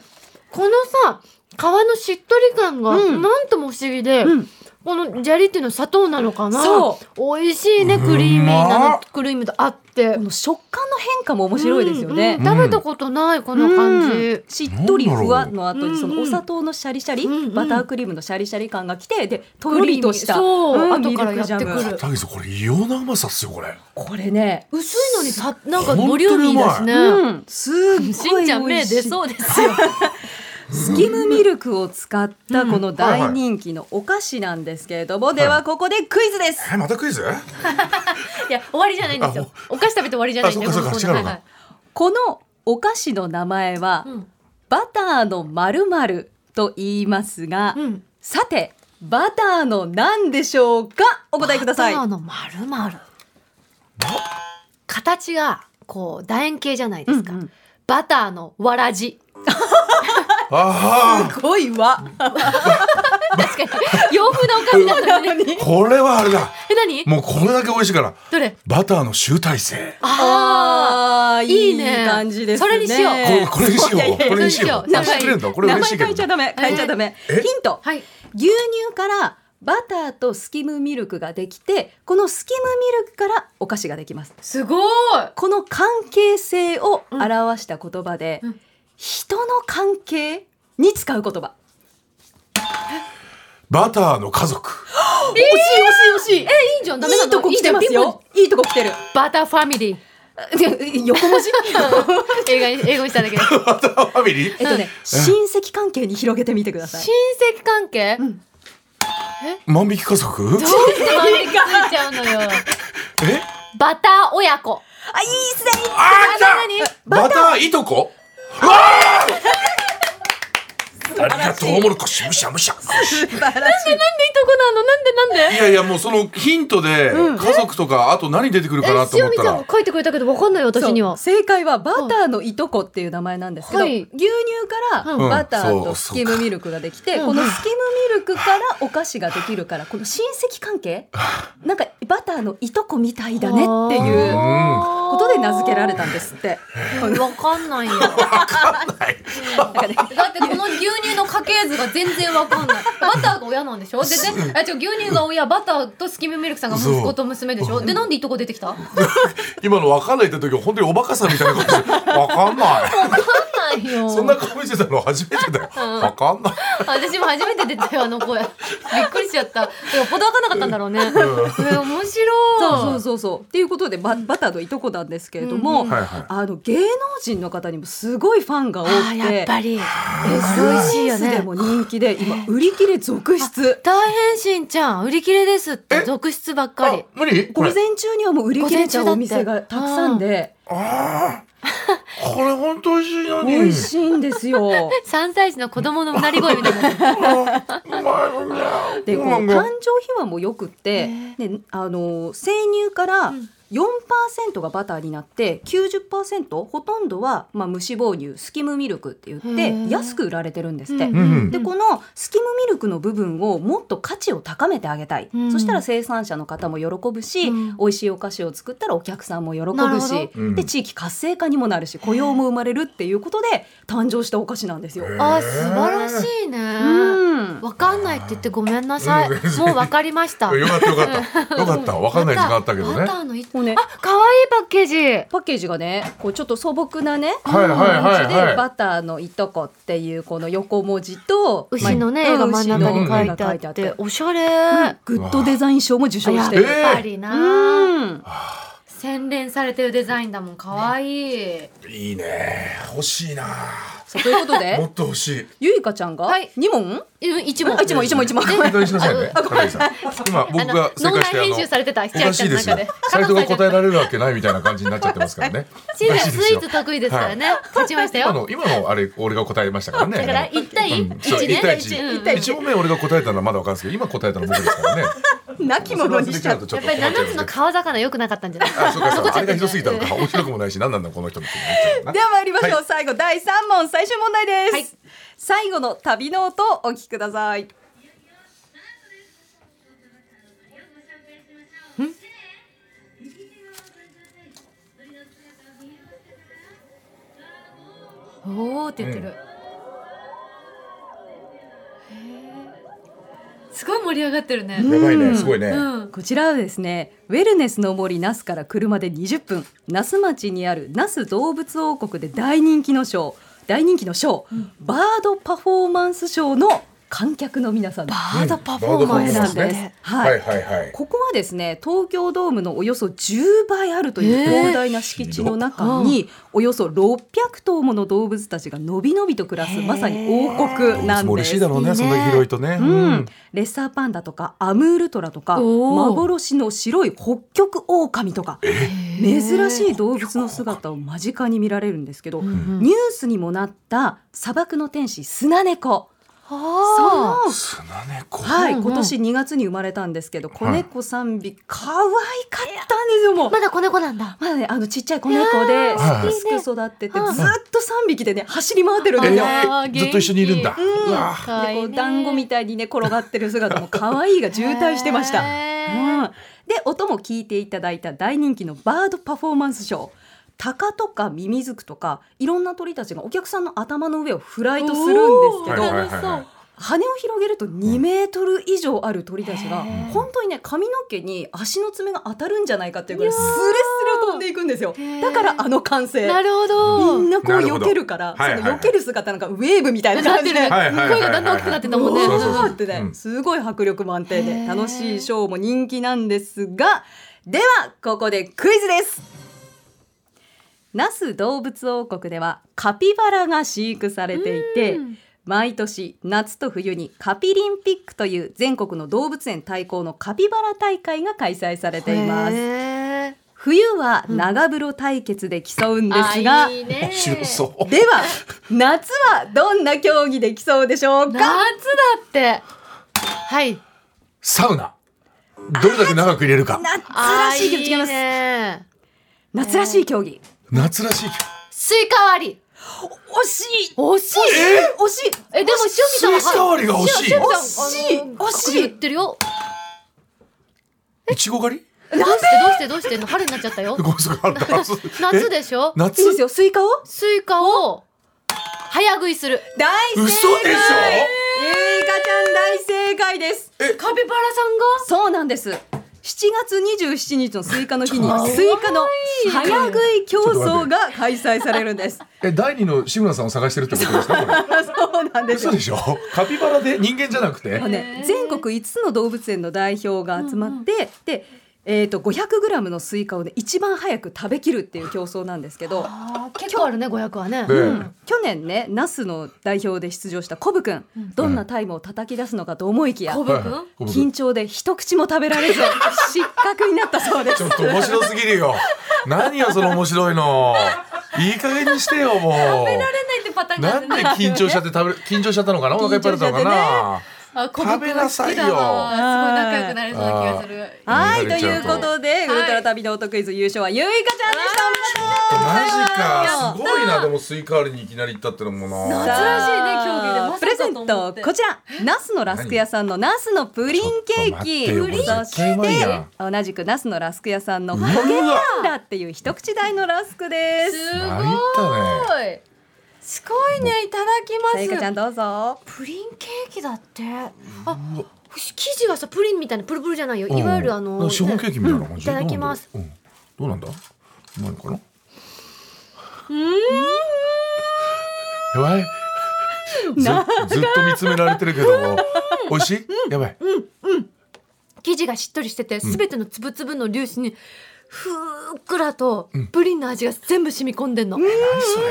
[SPEAKER 5] このさ皮のしっとり感が
[SPEAKER 3] うん
[SPEAKER 5] なんとも不思議で、
[SPEAKER 3] うん
[SPEAKER 5] この砂利っていうのは砂糖なのかな
[SPEAKER 3] そ
[SPEAKER 5] 美味しいねクリーミー
[SPEAKER 4] う
[SPEAKER 5] な
[SPEAKER 4] ま
[SPEAKER 5] の
[SPEAKER 4] っ
[SPEAKER 5] クリームとあって
[SPEAKER 3] この食感の変化も面白いですよね
[SPEAKER 5] うん。うん食べたことないこ
[SPEAKER 3] こ
[SPEAKER 5] の感じ、
[SPEAKER 3] しっとりふわの後
[SPEAKER 5] なん
[SPEAKER 3] に
[SPEAKER 5] だろ
[SPEAKER 3] そうのお砂糖のシャリシャリ、
[SPEAKER 5] うんうん
[SPEAKER 3] バタークリームのシャリシャリ感がきてでとろりとした
[SPEAKER 5] そう、
[SPEAKER 3] うん
[SPEAKER 5] 後からやってく
[SPEAKER 3] ミルクジャ
[SPEAKER 5] る
[SPEAKER 4] タギさんこれ異様なうまさっすよこれ
[SPEAKER 3] これね、
[SPEAKER 5] 薄いのにさなんかボリューミーですね、
[SPEAKER 3] うん、すっごい美味しい
[SPEAKER 5] そうですよ
[SPEAKER 3] スキムミルクを使ったこの大人気のお菓子なんですけれども、ではここでクイズです、
[SPEAKER 4] えまたクイズ
[SPEAKER 5] いや終わりじゃないんですよお菓子食べて終わりじゃないんで
[SPEAKER 4] あそうか
[SPEAKER 5] この
[SPEAKER 4] そうか
[SPEAKER 5] コーナーはい
[SPEAKER 3] このお菓子の名前は、
[SPEAKER 5] うん
[SPEAKER 3] バターのまるまると言いますが、
[SPEAKER 5] うん
[SPEAKER 3] さてバターの何でしょうかお答えください
[SPEAKER 5] バターの丸々形がこう楕円形じゃないですか、
[SPEAKER 3] うんうん
[SPEAKER 5] バターのわらじ
[SPEAKER 4] あ
[SPEAKER 3] すごいわ
[SPEAKER 5] 確かに洋風なお菓子だったの に
[SPEAKER 4] あこれはあれだ
[SPEAKER 5] え何
[SPEAKER 4] もうこれだけ美味しいから
[SPEAKER 5] どれ
[SPEAKER 4] バターの集大成
[SPEAKER 5] あ
[SPEAKER 3] あー
[SPEAKER 5] い
[SPEAKER 3] い
[SPEAKER 5] い
[SPEAKER 3] い
[SPEAKER 5] ね
[SPEAKER 3] 感じですね。
[SPEAKER 5] それにしよう
[SPEAKER 4] これこれにしよ
[SPEAKER 3] いやいうやいや
[SPEAKER 4] これにしよう
[SPEAKER 5] 名
[SPEAKER 4] あ
[SPEAKER 5] 前
[SPEAKER 4] 作れんだこれ
[SPEAKER 3] 名
[SPEAKER 4] 嬉
[SPEAKER 3] 前
[SPEAKER 4] しいけ
[SPEAKER 3] 変えちゃ
[SPEAKER 4] ど
[SPEAKER 3] ダメ、変えちゃダメ。ヒ
[SPEAKER 4] え
[SPEAKER 3] ント
[SPEAKER 5] ー。はい
[SPEAKER 3] 牛乳からバターとスキムミルクができて、このスキムミルクからお菓子ができます。
[SPEAKER 5] すごい
[SPEAKER 3] この関係性を表した言葉で、
[SPEAKER 5] うんうん
[SPEAKER 3] 人の関係に使う言葉。
[SPEAKER 4] バターの家族
[SPEAKER 3] 惜しい惜しい惜しい。
[SPEAKER 5] えいいじゃんダメない
[SPEAKER 3] いとこ来てますよ。いいとこ来てる。
[SPEAKER 5] バターファミ リー
[SPEAKER 3] 横文字。
[SPEAKER 5] 映画に英語にしただけです
[SPEAKER 4] バターファミリ
[SPEAKER 3] えっ
[SPEAKER 4] ー
[SPEAKER 3] とね、親戚関係に広げてみてください
[SPEAKER 5] 親。戚関係、
[SPEAKER 3] ん
[SPEAKER 4] 万引き家族
[SPEAKER 5] どうして万引きついちゃうのよ
[SPEAKER 4] え
[SPEAKER 5] バター親子
[SPEAKER 3] あ、いいですね。
[SPEAKER 4] あー来た
[SPEAKER 5] 何
[SPEAKER 4] バターいとこ誰がトウモロコシむしゃむしゃ。
[SPEAKER 5] いとこなのなんでなんで
[SPEAKER 4] いやいやもうそのヒントで家族とかあと何出てくるかなと思
[SPEAKER 5] 塩
[SPEAKER 4] っ
[SPEAKER 5] 見
[SPEAKER 4] た
[SPEAKER 5] ちゃん
[SPEAKER 4] ら
[SPEAKER 5] も。書いてくれたけどわかんない私には
[SPEAKER 3] そう正解はバターのいとこっていう名前なんですけど、
[SPEAKER 5] はい
[SPEAKER 3] 牛乳から
[SPEAKER 4] うん
[SPEAKER 3] バター
[SPEAKER 4] そ
[SPEAKER 3] と
[SPEAKER 4] う
[SPEAKER 3] スキムミルクができて、このスキムミルクからお菓子ができるからこの親戚関 係なんかバターのいとこみたいだねっていうことで名付けられたんですって。
[SPEAKER 5] わかんないよだ
[SPEAKER 3] なん かね
[SPEAKER 5] ってこの牛乳の家系図が全然わかんないバターが親なんでしょでねあ違う牛乳が親バターとスキムミルクさんが息子と娘でしょでなんでいとこ出てきたわかん
[SPEAKER 4] 今の分かんないって時は本当におバカさんみたいなことして分かんない
[SPEAKER 5] ないよ
[SPEAKER 4] そんな顔してたの初めてだよ分かんない
[SPEAKER 5] 私も初めて出たよあの声 びっくりしちゃったよっぽどわかんなかったんだろうね、え面
[SPEAKER 3] そうそ
[SPEAKER 5] 白
[SPEAKER 3] う
[SPEAKER 5] い
[SPEAKER 3] そうそうっていうことでババターのいとこなんですけれども、
[SPEAKER 5] うん
[SPEAKER 4] はいはい
[SPEAKER 3] あの芸能人の方にもすごいファンが多く
[SPEAKER 5] あーやってぱり美味しいよ
[SPEAKER 3] SNS
[SPEAKER 5] ね
[SPEAKER 3] でも人気で今売り切れ続出。
[SPEAKER 5] 大変しんちゃん売り切れですって続出ばっかり
[SPEAKER 4] あ無理
[SPEAKER 3] 午
[SPEAKER 4] これ
[SPEAKER 3] 前中にはもう売り切れちゃうお店がたくさんで
[SPEAKER 4] ああこれ本当美味しいのに
[SPEAKER 3] 美味しいんですよ。
[SPEAKER 5] 3歳児の子供のうなり声みたい になってる
[SPEAKER 4] あうまいもんね
[SPEAKER 3] でこう
[SPEAKER 4] う
[SPEAKER 3] 誕
[SPEAKER 4] まいも
[SPEAKER 3] 生秘
[SPEAKER 4] ん
[SPEAKER 3] 話もよくって、であの生乳から4%がバターになって90%ほとんどは、まあ、無脂肪乳スキムミルクって言
[SPEAKER 5] へ
[SPEAKER 3] っ
[SPEAKER 5] ー
[SPEAKER 3] て安く売られてるんですって。
[SPEAKER 5] うん
[SPEAKER 4] うん
[SPEAKER 3] でこのスキムミルクの部分をもっと価値を高めてあげたい、
[SPEAKER 5] うん
[SPEAKER 3] そしたら生産者の方も喜ぶし、
[SPEAKER 5] うん
[SPEAKER 3] 美味しいお菓子を作ったらお客さんも喜
[SPEAKER 5] なる
[SPEAKER 3] ぶ
[SPEAKER 5] ほ
[SPEAKER 3] し
[SPEAKER 5] ど、
[SPEAKER 4] うん
[SPEAKER 3] で地域活性化にもなるし雇用も生まれるっていうことで誕生したお菓子なんですよ。
[SPEAKER 4] へー
[SPEAKER 5] あ素晴らしいね
[SPEAKER 3] うん
[SPEAKER 5] わかんないって言ってごめんなさいもうわかりました
[SPEAKER 4] よかったよかったよかった分かんない時間あったけど
[SPEAKER 5] バ
[SPEAKER 4] ね
[SPEAKER 5] ターの一
[SPEAKER 3] もうね
[SPEAKER 5] あ可愛いパッケージ
[SPEAKER 3] パッケージがねこうちょっと素朴なね
[SPEAKER 4] はいはいはいは
[SPEAKER 3] で
[SPEAKER 4] い
[SPEAKER 3] バターのいとこっていうこの横文字と
[SPEAKER 5] 牛のね
[SPEAKER 3] まあ
[SPEAKER 5] 絵が真ん中
[SPEAKER 3] うん牛の
[SPEAKER 5] に書
[SPEAKER 3] 絵
[SPEAKER 5] い
[SPEAKER 3] が
[SPEAKER 5] てあって
[SPEAKER 3] 書い
[SPEAKER 5] おしゃれ
[SPEAKER 3] グッドデザイン賞も受賞
[SPEAKER 5] や
[SPEAKER 3] し
[SPEAKER 5] って
[SPEAKER 3] る。
[SPEAKER 5] ぱりな
[SPEAKER 3] うん
[SPEAKER 5] 洗練されてるデザインだもん可愛い
[SPEAKER 4] いいね欲しいな
[SPEAKER 3] さあということ
[SPEAKER 4] も
[SPEAKER 3] で
[SPEAKER 4] っと欲しい
[SPEAKER 3] ゆいかちゃんが
[SPEAKER 5] はい
[SPEAKER 3] 2問
[SPEAKER 5] え一問
[SPEAKER 3] あ一問一問一問
[SPEAKER 4] 確認しなさいね高木さん今僕
[SPEAKER 5] あの
[SPEAKER 4] が正
[SPEAKER 5] 脳
[SPEAKER 4] 解
[SPEAKER 5] 内
[SPEAKER 4] してあ
[SPEAKER 5] 編
[SPEAKER 4] の
[SPEAKER 5] 集されてた
[SPEAKER 4] お
[SPEAKER 5] 千
[SPEAKER 4] か
[SPEAKER 5] 秋
[SPEAKER 4] し
[SPEAKER 5] ちゃ
[SPEAKER 4] い
[SPEAKER 5] んの
[SPEAKER 4] です
[SPEAKER 5] 中
[SPEAKER 4] ね
[SPEAKER 5] で。
[SPEAKER 4] サイトが答えられるわけないみたいな感じになっちゃってますから ね。
[SPEAKER 5] シ
[SPEAKER 4] お
[SPEAKER 5] ーズ
[SPEAKER 4] か
[SPEAKER 5] ン
[SPEAKER 4] しいで
[SPEAKER 5] ス
[SPEAKER 4] す
[SPEAKER 5] イ
[SPEAKER 4] よ
[SPEAKER 5] ーツ得意ですからね勝ちました
[SPEAKER 4] 今
[SPEAKER 5] よ
[SPEAKER 4] の今のあれ俺が答えましたからね。
[SPEAKER 5] だから一対
[SPEAKER 4] うんそう
[SPEAKER 5] 一ね
[SPEAKER 4] 一対一
[SPEAKER 5] うん
[SPEAKER 4] 一対一一問目俺が答えたのはまだわかるんですけど、今答えたの僕ですから ね。
[SPEAKER 3] なき者にしちゃっ
[SPEAKER 4] それはそれでるとちょと
[SPEAKER 5] やっぱ
[SPEAKER 4] 困
[SPEAKER 5] り
[SPEAKER 4] ちゃいますね
[SPEAKER 5] 七つの川魚良くなかったんじゃない
[SPEAKER 4] あ、そうかそうか。
[SPEAKER 5] 残っちゃった
[SPEAKER 4] あれがひどすぎたのか。面白くもないし、何なんだこの人みたいになっちゃ
[SPEAKER 3] では
[SPEAKER 4] うな
[SPEAKER 3] 参りましょう最後第三問最終問題です、
[SPEAKER 5] はい
[SPEAKER 3] 最後の旅の音をお聞きください
[SPEAKER 5] おーって言ってる、へーすごい盛り上がってる
[SPEAKER 4] や
[SPEAKER 5] ね、
[SPEAKER 4] ばいね、すごいね。
[SPEAKER 5] うん、
[SPEAKER 3] こちらはですねウェルネスの森那須から車で20分那須町にある那須動物王国で大人気のショー大人気のショー、バードパフォーマンスショーの観客の皆さんです
[SPEAKER 5] バードパフ
[SPEAKER 4] バー
[SPEAKER 5] ォー
[SPEAKER 4] ド
[SPEAKER 5] マン
[SPEAKER 3] 前
[SPEAKER 5] ス
[SPEAKER 3] な
[SPEAKER 5] だ
[SPEAKER 3] ん
[SPEAKER 5] ね
[SPEAKER 3] です、
[SPEAKER 4] はいはいはい。
[SPEAKER 3] ここはですね東京ドームのおよそ10倍あるという
[SPEAKER 5] えー
[SPEAKER 3] 広大な敷地の中におよそ600頭もの動物たちがのびのびと暮らす
[SPEAKER 5] へー
[SPEAKER 3] まさに王国なん
[SPEAKER 4] も
[SPEAKER 3] で
[SPEAKER 4] 嬉しい
[SPEAKER 3] す
[SPEAKER 4] だ。ろう
[SPEAKER 5] い
[SPEAKER 4] ね、
[SPEAKER 5] いね
[SPEAKER 4] そんな広いとね。
[SPEAKER 3] うん、レッサーパンダとかアムールトラとか
[SPEAKER 5] おー
[SPEAKER 3] 幻の白い北極オオカミとか珍しい動物の姿を間近に見られるんですけど、ニュースにもなった砂漠の天使スナネコそ
[SPEAKER 5] あ
[SPEAKER 3] の
[SPEAKER 4] 砂猫。
[SPEAKER 3] はい、
[SPEAKER 5] うんうん
[SPEAKER 3] 今年2月に生まれたんですけど、子
[SPEAKER 4] はい
[SPEAKER 3] 猫3匹、可愛かったんですよ、もう。
[SPEAKER 5] ーまだ子猫なんだ
[SPEAKER 3] まだね、あのちっちゃい子猫で、
[SPEAKER 4] やー
[SPEAKER 3] すくすく育ってて、ず
[SPEAKER 5] はい
[SPEAKER 3] ーっと3匹でね、走り回ってるん
[SPEAKER 4] え
[SPEAKER 3] ですよ。
[SPEAKER 5] あー
[SPEAKER 4] ー、ずっと一緒にいるんだ。うわー
[SPEAKER 5] 可愛
[SPEAKER 3] で、こ、
[SPEAKER 5] いうね
[SPEAKER 3] 団子みたいにね、転がってる姿も可愛いが渋滞してました。
[SPEAKER 5] へー
[SPEAKER 3] うん、で音も聞いていただいた大人気のバードパフォーマンスショー鷹とかミミズクとかいろんな鳥たちがお客さんの頭の上をフライトするんですけど、
[SPEAKER 4] おーはいはいはいはい
[SPEAKER 3] 羽を広げると2メートル以上ある鳥たちが、
[SPEAKER 5] へ
[SPEAKER 3] 本当にね髪の毛に足の爪が当たるんじゃないかっていうぐらい
[SPEAKER 5] い
[SPEAKER 3] ス
[SPEAKER 5] や
[SPEAKER 3] レ
[SPEAKER 5] ー
[SPEAKER 3] スレ飛んでいくんですよ
[SPEAKER 5] へー
[SPEAKER 3] だからあの歓声
[SPEAKER 5] なるほど
[SPEAKER 3] みんなこう
[SPEAKER 4] なるほ
[SPEAKER 3] 避
[SPEAKER 4] ど
[SPEAKER 3] けるから、
[SPEAKER 4] はいはい
[SPEAKER 3] その避ける姿なんかウェーブみたいな
[SPEAKER 5] なっ
[SPEAKER 3] 感
[SPEAKER 5] て
[SPEAKER 3] じ
[SPEAKER 5] る、
[SPEAKER 3] で
[SPEAKER 4] はいはいはいはい
[SPEAKER 5] 声がだんだん大きくなってたもんね
[SPEAKER 4] そうそうそう
[SPEAKER 3] おーってね
[SPEAKER 4] うん
[SPEAKER 3] すごい迫力満点で
[SPEAKER 5] へー
[SPEAKER 3] 楽しいショーも人気なんですがではここでクイズです那須動物王国ではカピバラが飼育されていて
[SPEAKER 5] うん
[SPEAKER 3] 毎年夏と冬にカピリンピックという全国の動物園対抗のカピバラ大会が開催されています
[SPEAKER 5] へー
[SPEAKER 3] 冬は長風呂対決で競うんですが、
[SPEAKER 2] あいいね
[SPEAKER 4] 面白そう。
[SPEAKER 3] では夏はどんな競技で競うでしょう
[SPEAKER 2] 夏だ
[SPEAKER 3] か
[SPEAKER 2] ってはい
[SPEAKER 4] サウナ。どれだけ長く入れるか。
[SPEAKER 3] 夏らしいけど違います
[SPEAKER 2] す
[SPEAKER 3] 夏らしい競技
[SPEAKER 4] 夏らしい。
[SPEAKER 2] スイカ割り
[SPEAKER 3] 惜しい
[SPEAKER 2] 惜しい
[SPEAKER 3] 惜しい
[SPEAKER 2] えでもしおみ
[SPEAKER 4] スイ
[SPEAKER 2] さん
[SPEAKER 4] カ割りが惜しい。
[SPEAKER 2] 塩見さん
[SPEAKER 3] 惜しい
[SPEAKER 2] あの
[SPEAKER 3] 惜し
[SPEAKER 2] 各
[SPEAKER 3] い
[SPEAKER 2] 地言ってるよ
[SPEAKER 4] いちご狩り。
[SPEAKER 2] どうしてどうしてどうして春になっちゃったよ
[SPEAKER 4] ごめんなさいあんた夏。
[SPEAKER 2] 夏
[SPEAKER 4] え。
[SPEAKER 2] でしょ
[SPEAKER 3] いいです
[SPEAKER 4] 夏。
[SPEAKER 3] よスイカを
[SPEAKER 2] スイカを早食いする
[SPEAKER 3] 大正解
[SPEAKER 4] 嘘でしょ
[SPEAKER 3] ゆいかちゃん大正解です
[SPEAKER 2] カピバラさんが
[SPEAKER 3] そうなんです7月27日のスイカの日にスイカの早食い競争が開催されるんです
[SPEAKER 4] え、第二の志村さんを探してるってことですか、これ。
[SPEAKER 3] そうなんです
[SPEAKER 4] 嘘でしょカピバラで人間じゃなくて
[SPEAKER 3] もう。ね、全国5つの動物園の代表が集まって、で、えー、と500グラムのスイカを、ね、一番早く食べきるっていう競争なんですけど
[SPEAKER 2] あー結構あるね500はね、
[SPEAKER 4] ええ
[SPEAKER 2] うん
[SPEAKER 3] 去年ね那須の代表で出場したコブくんどんなタイムを叩き出すのかと思いきや、
[SPEAKER 2] コブ
[SPEAKER 4] はい
[SPEAKER 2] くん
[SPEAKER 4] ごめんなさい
[SPEAKER 3] 緊張で一口も食べられず失格になったそうです
[SPEAKER 4] ちょっと面白すぎるよ。何よ、その面白いの。いい加減にしてよ、もう。
[SPEAKER 2] ないってパターンがあ
[SPEAKER 4] な
[SPEAKER 2] る
[SPEAKER 4] ん
[SPEAKER 2] ね
[SPEAKER 4] で緊張しちゃって食べる、緊張しちゃったのかなお腹いっぱいだったのかな
[SPEAKER 2] あコブくん好きだ
[SPEAKER 4] 食べなさいよ
[SPEAKER 2] わすごい仲良くなれそうな気がする
[SPEAKER 3] はいと
[SPEAKER 4] 慣れち
[SPEAKER 3] い
[SPEAKER 4] ゃ
[SPEAKER 3] う
[SPEAKER 4] うと
[SPEAKER 3] ことで、ウルトラ旅の音クイズ優勝はゆいかちゃんでしたや
[SPEAKER 4] マジか
[SPEAKER 3] っ。た
[SPEAKER 4] すごいな、でもスイカ割りにいきなり行ったってのもな。
[SPEAKER 2] 夏らしいね競技でまさかと思って
[SPEAKER 3] プレゼントこちらナスのラスク屋さんのナスのプリンケーキ
[SPEAKER 4] ちょっと待ってよ
[SPEAKER 3] そし
[SPEAKER 4] これ絶対うまいや
[SPEAKER 3] て
[SPEAKER 4] ん
[SPEAKER 3] 同じくナスのラスク屋さんの
[SPEAKER 4] う
[SPEAKER 3] 焦
[SPEAKER 4] わ
[SPEAKER 3] げパンダっていう一口大のラスクです
[SPEAKER 2] すご
[SPEAKER 4] 参った
[SPEAKER 2] いすごいねいただき
[SPEAKER 3] さゆかちゃ
[SPEAKER 2] ま
[SPEAKER 3] んどうぞ
[SPEAKER 2] すプリンケーキだってあ生地がさプリンみたいなプルプルじゃないよいわゆるあ
[SPEAKER 4] う
[SPEAKER 2] の
[SPEAKER 4] んシフォンケーキみたいな感じ。
[SPEAKER 2] うんいただきます
[SPEAKER 4] どうなんだろう。うんどうなんだ。うまいのかな。やばい。ずずっと見つめられてるけど、美味しい？やばい。
[SPEAKER 2] 生地がしっとりしててすべての粒々の粒子にふっくらとプリンの味が全部染み込んでんの、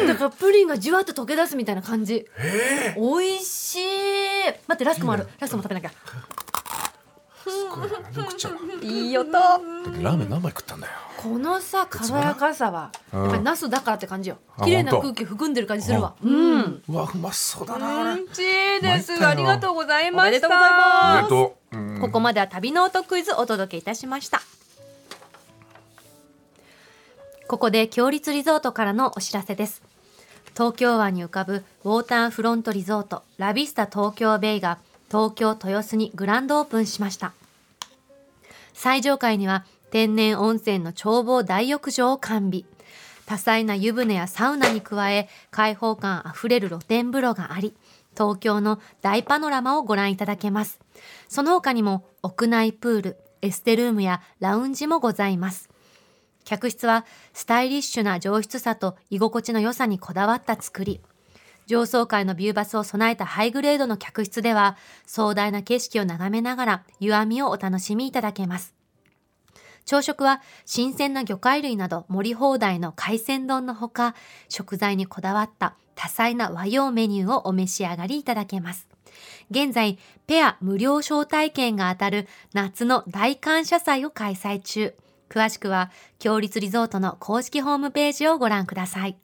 [SPEAKER 2] だからプリンがじわっと溶け出すみたいな感じ美味しい待ってラスクもあるラスクも食べなきゃ
[SPEAKER 4] すごいな何食っちゃうの
[SPEAKER 3] いい音
[SPEAKER 4] だってラーメン何枚食ったんだよ。
[SPEAKER 2] このさ軽やかさは
[SPEAKER 4] うん
[SPEAKER 2] やっぱりナスだからって感じよ
[SPEAKER 4] あ
[SPEAKER 2] 綺麗な
[SPEAKER 4] 本当
[SPEAKER 2] 空気含んでる感じするわ
[SPEAKER 3] うん
[SPEAKER 4] うわうまそうだな。これ
[SPEAKER 2] ちい
[SPEAKER 4] です参ったよありがと
[SPEAKER 2] うござい
[SPEAKER 3] ましたおめでとうござい
[SPEAKER 4] お
[SPEAKER 3] ま
[SPEAKER 4] めでとう。うん
[SPEAKER 2] ここまでは旅の音クイズお届けいたしましたここで強立リゾートからのお知らせです東京湾に浮かぶウォーターフロントリゾートラビスタ東京ベイが東京豊洲にグランドオープンしました最上階には天然温泉の眺望大浴場を完備多彩な湯船やサウナに加え開放感あふれる露天風呂があり東京の大パノラマをご覧いただけますその他にも屋内プールエステルームやラウンジもございます客室はスタイリッシュな上質さと居心地の良さにこだわった作り上層階のビューバスを備えたハイグレードの客室では壮大な景色を眺めながら湯あみをお楽しみいただけます朝食は新鮮な魚介類など盛り放題の海鮮丼のほか食材にこだわった多彩な和洋メニューをお召し上がりいただけます現在ペア無料招待券が当たる夏の大感謝祭を開催中詳しくは強立リゾートの公式ホームページをご覧ください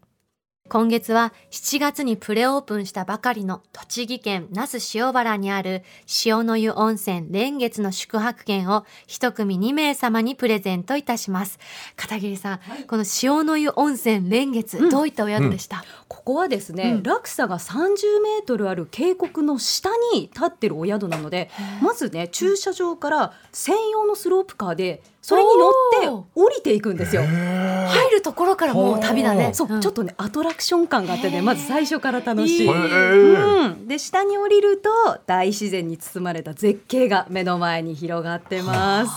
[SPEAKER 2] 今月は7月にプレオープンしたばかりの栃木県那須塩原にある塩の湯温泉連月の宿泊券を一組2名様にプレゼントいたします片桐さん、この塩の湯温泉連月、どういったお宿でした、
[SPEAKER 3] ここはですね、
[SPEAKER 2] うん
[SPEAKER 3] 落差が30メートルある渓谷の下に立ってるお宿なのでまずね駐車場から専用のスロープカーでそれに乗って降りていくんですよ。
[SPEAKER 2] 入るところからもう旅だね、
[SPEAKER 4] ほう
[SPEAKER 3] そう、
[SPEAKER 2] ん
[SPEAKER 3] ちょっとねアトラクション感があってねまず最初から楽し
[SPEAKER 2] い
[SPEAKER 3] い。
[SPEAKER 2] い
[SPEAKER 4] へえ
[SPEAKER 3] うん、で下に降りると大自然に包まれた絶景が目の前に広がってます。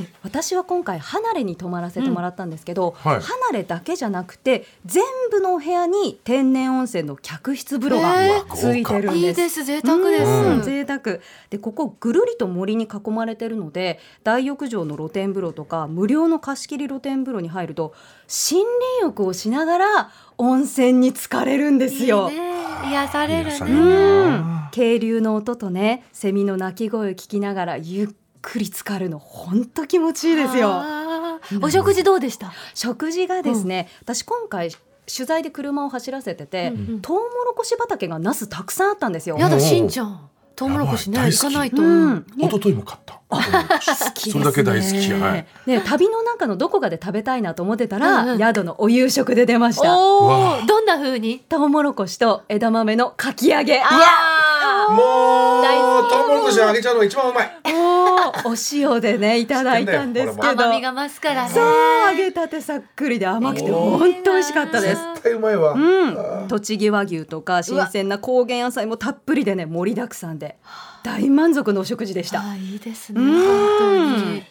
[SPEAKER 3] で私は今回離れに泊まらせてもらったんですけど、
[SPEAKER 4] はい
[SPEAKER 3] 離れだけじゃなくて全部のお部屋に天然温泉の客室風呂がついてるん
[SPEAKER 2] い
[SPEAKER 3] で
[SPEAKER 2] い
[SPEAKER 3] す。
[SPEAKER 2] です贅沢です、
[SPEAKER 3] うん
[SPEAKER 4] う
[SPEAKER 3] 贅沢でここぐるりと森に囲まれてるので大浴場の露天風呂とか無料の貸し切り露天風呂に入ると森林浴をしながら温泉に浸かれるんですよ。
[SPEAKER 2] いいね癒される
[SPEAKER 4] 癒され
[SPEAKER 2] ね
[SPEAKER 4] る
[SPEAKER 3] うん、渓流の音とねセミの鳴き声を聞きながらゆっくり浸かるのほんと気持ちいいですよ。
[SPEAKER 2] あーお食事どうでした
[SPEAKER 3] 食事がですね、私今回取材で車を走らせてて、
[SPEAKER 2] うんうん
[SPEAKER 3] トウモロコシ畑がナスたくさんあったんですよ。
[SPEAKER 2] や
[SPEAKER 4] う
[SPEAKER 2] だ
[SPEAKER 4] ん
[SPEAKER 2] しんちゃんトウモロコシね
[SPEAKER 4] やばい
[SPEAKER 2] 行
[SPEAKER 4] 大好
[SPEAKER 2] か
[SPEAKER 4] き
[SPEAKER 2] ないと、
[SPEAKER 3] うん、
[SPEAKER 4] 一
[SPEAKER 3] ね
[SPEAKER 4] 昨日も買った。それだけ大好き。はい。
[SPEAKER 3] ね、旅の中のどこかで食べたいなと思ってたら、
[SPEAKER 2] うんうん
[SPEAKER 3] 宿のお夕食で出ました。
[SPEAKER 4] う
[SPEAKER 2] お
[SPEAKER 4] わ
[SPEAKER 2] おどんな風に
[SPEAKER 3] トウモロコシと枝豆のかき揚げ。
[SPEAKER 2] あ
[SPEAKER 4] も
[SPEAKER 2] 大好
[SPEAKER 4] う
[SPEAKER 2] き
[SPEAKER 4] トウモロコシ揚げちゃうのが一番うまい。
[SPEAKER 3] おお塩でね、いただいたんですけ
[SPEAKER 2] ー
[SPEAKER 3] ど。
[SPEAKER 2] 甘みが増すからね
[SPEAKER 3] そう、揚げたてさっくりで甘くて、
[SPEAKER 4] おー
[SPEAKER 3] 本当美味しかったです。
[SPEAKER 4] 絶対うまいわ。
[SPEAKER 3] うん、栃木和牛とか新鮮な高原野菜もたっぷりでね盛りだくさんで大満足のお食事でした
[SPEAKER 2] あーいいですね
[SPEAKER 3] うーん
[SPEAKER 2] 本当に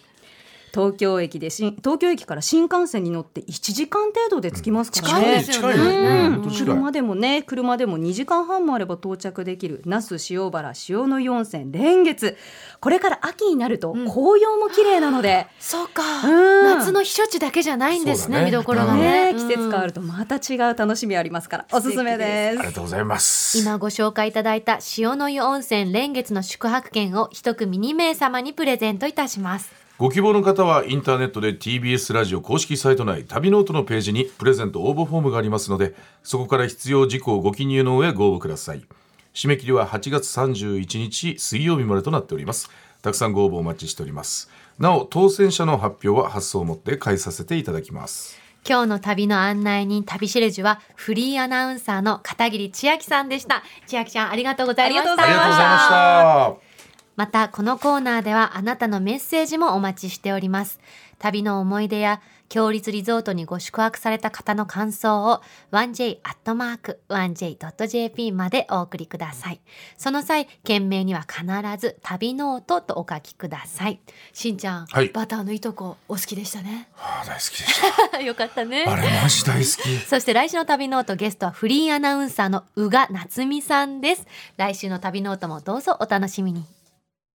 [SPEAKER 3] 東京駅で新東京駅から新幹線に乗って1時間程度で着きますから
[SPEAKER 2] 近い
[SPEAKER 3] ね、
[SPEAKER 2] ですよね
[SPEAKER 4] 近い
[SPEAKER 2] うん
[SPEAKER 4] ねうん近い
[SPEAKER 3] 車でもね車でも2時間半もあれば到着できる那須塩原塩の温泉連月これから秋になると
[SPEAKER 2] ん
[SPEAKER 3] 紅葉も綺麗なので、
[SPEAKER 2] そうか
[SPEAKER 3] うん
[SPEAKER 2] 夏の避暑地だけじゃないんです
[SPEAKER 4] そうだ
[SPEAKER 2] ね
[SPEAKER 4] ね
[SPEAKER 2] 見どころが
[SPEAKER 3] ね
[SPEAKER 2] ね
[SPEAKER 3] 季節変わるとまた違う楽しみありますからおすすめです
[SPEAKER 4] ありがとうございます。
[SPEAKER 2] 今ご紹介いただいた塩の湯温泉連月の宿泊券を一組2名様にプレゼントいたします
[SPEAKER 4] ご希望の方はインターネットで TBS ラジオ公式サイト内旅ノートのページにプレゼント応募フォームがありますのでそこから必要事項をご記入の上ご応募ください締め切りは8月31日水曜日までとなっておりますたくさんご応募お待ちしておりますなお当選者の発表は発送をもって返させていただきます
[SPEAKER 2] 今日の旅の案内人旅しるじはフリーアナウンサーの片桐千秋さんでした千秋ちゃんありがとうございました
[SPEAKER 3] あり
[SPEAKER 4] ありがとうございました
[SPEAKER 2] またこのコーナーではあなたのメッセージもお待ちしております旅の思い出や強立リゾートにご宿泊された方の感想を 1j.1j.jp までお送りくださいその際件名には必ず旅ノートとお書きくださいしんちゃん、
[SPEAKER 4] はい
[SPEAKER 2] バターのいとこお好きでしたね
[SPEAKER 4] あー大好きでした
[SPEAKER 2] よかったね
[SPEAKER 4] あれマジ大好き
[SPEAKER 2] そして来週の旅ノートゲストはフリーアナウンサーの宇賀夏美さんです来週の旅ノートもどうぞお楽しみに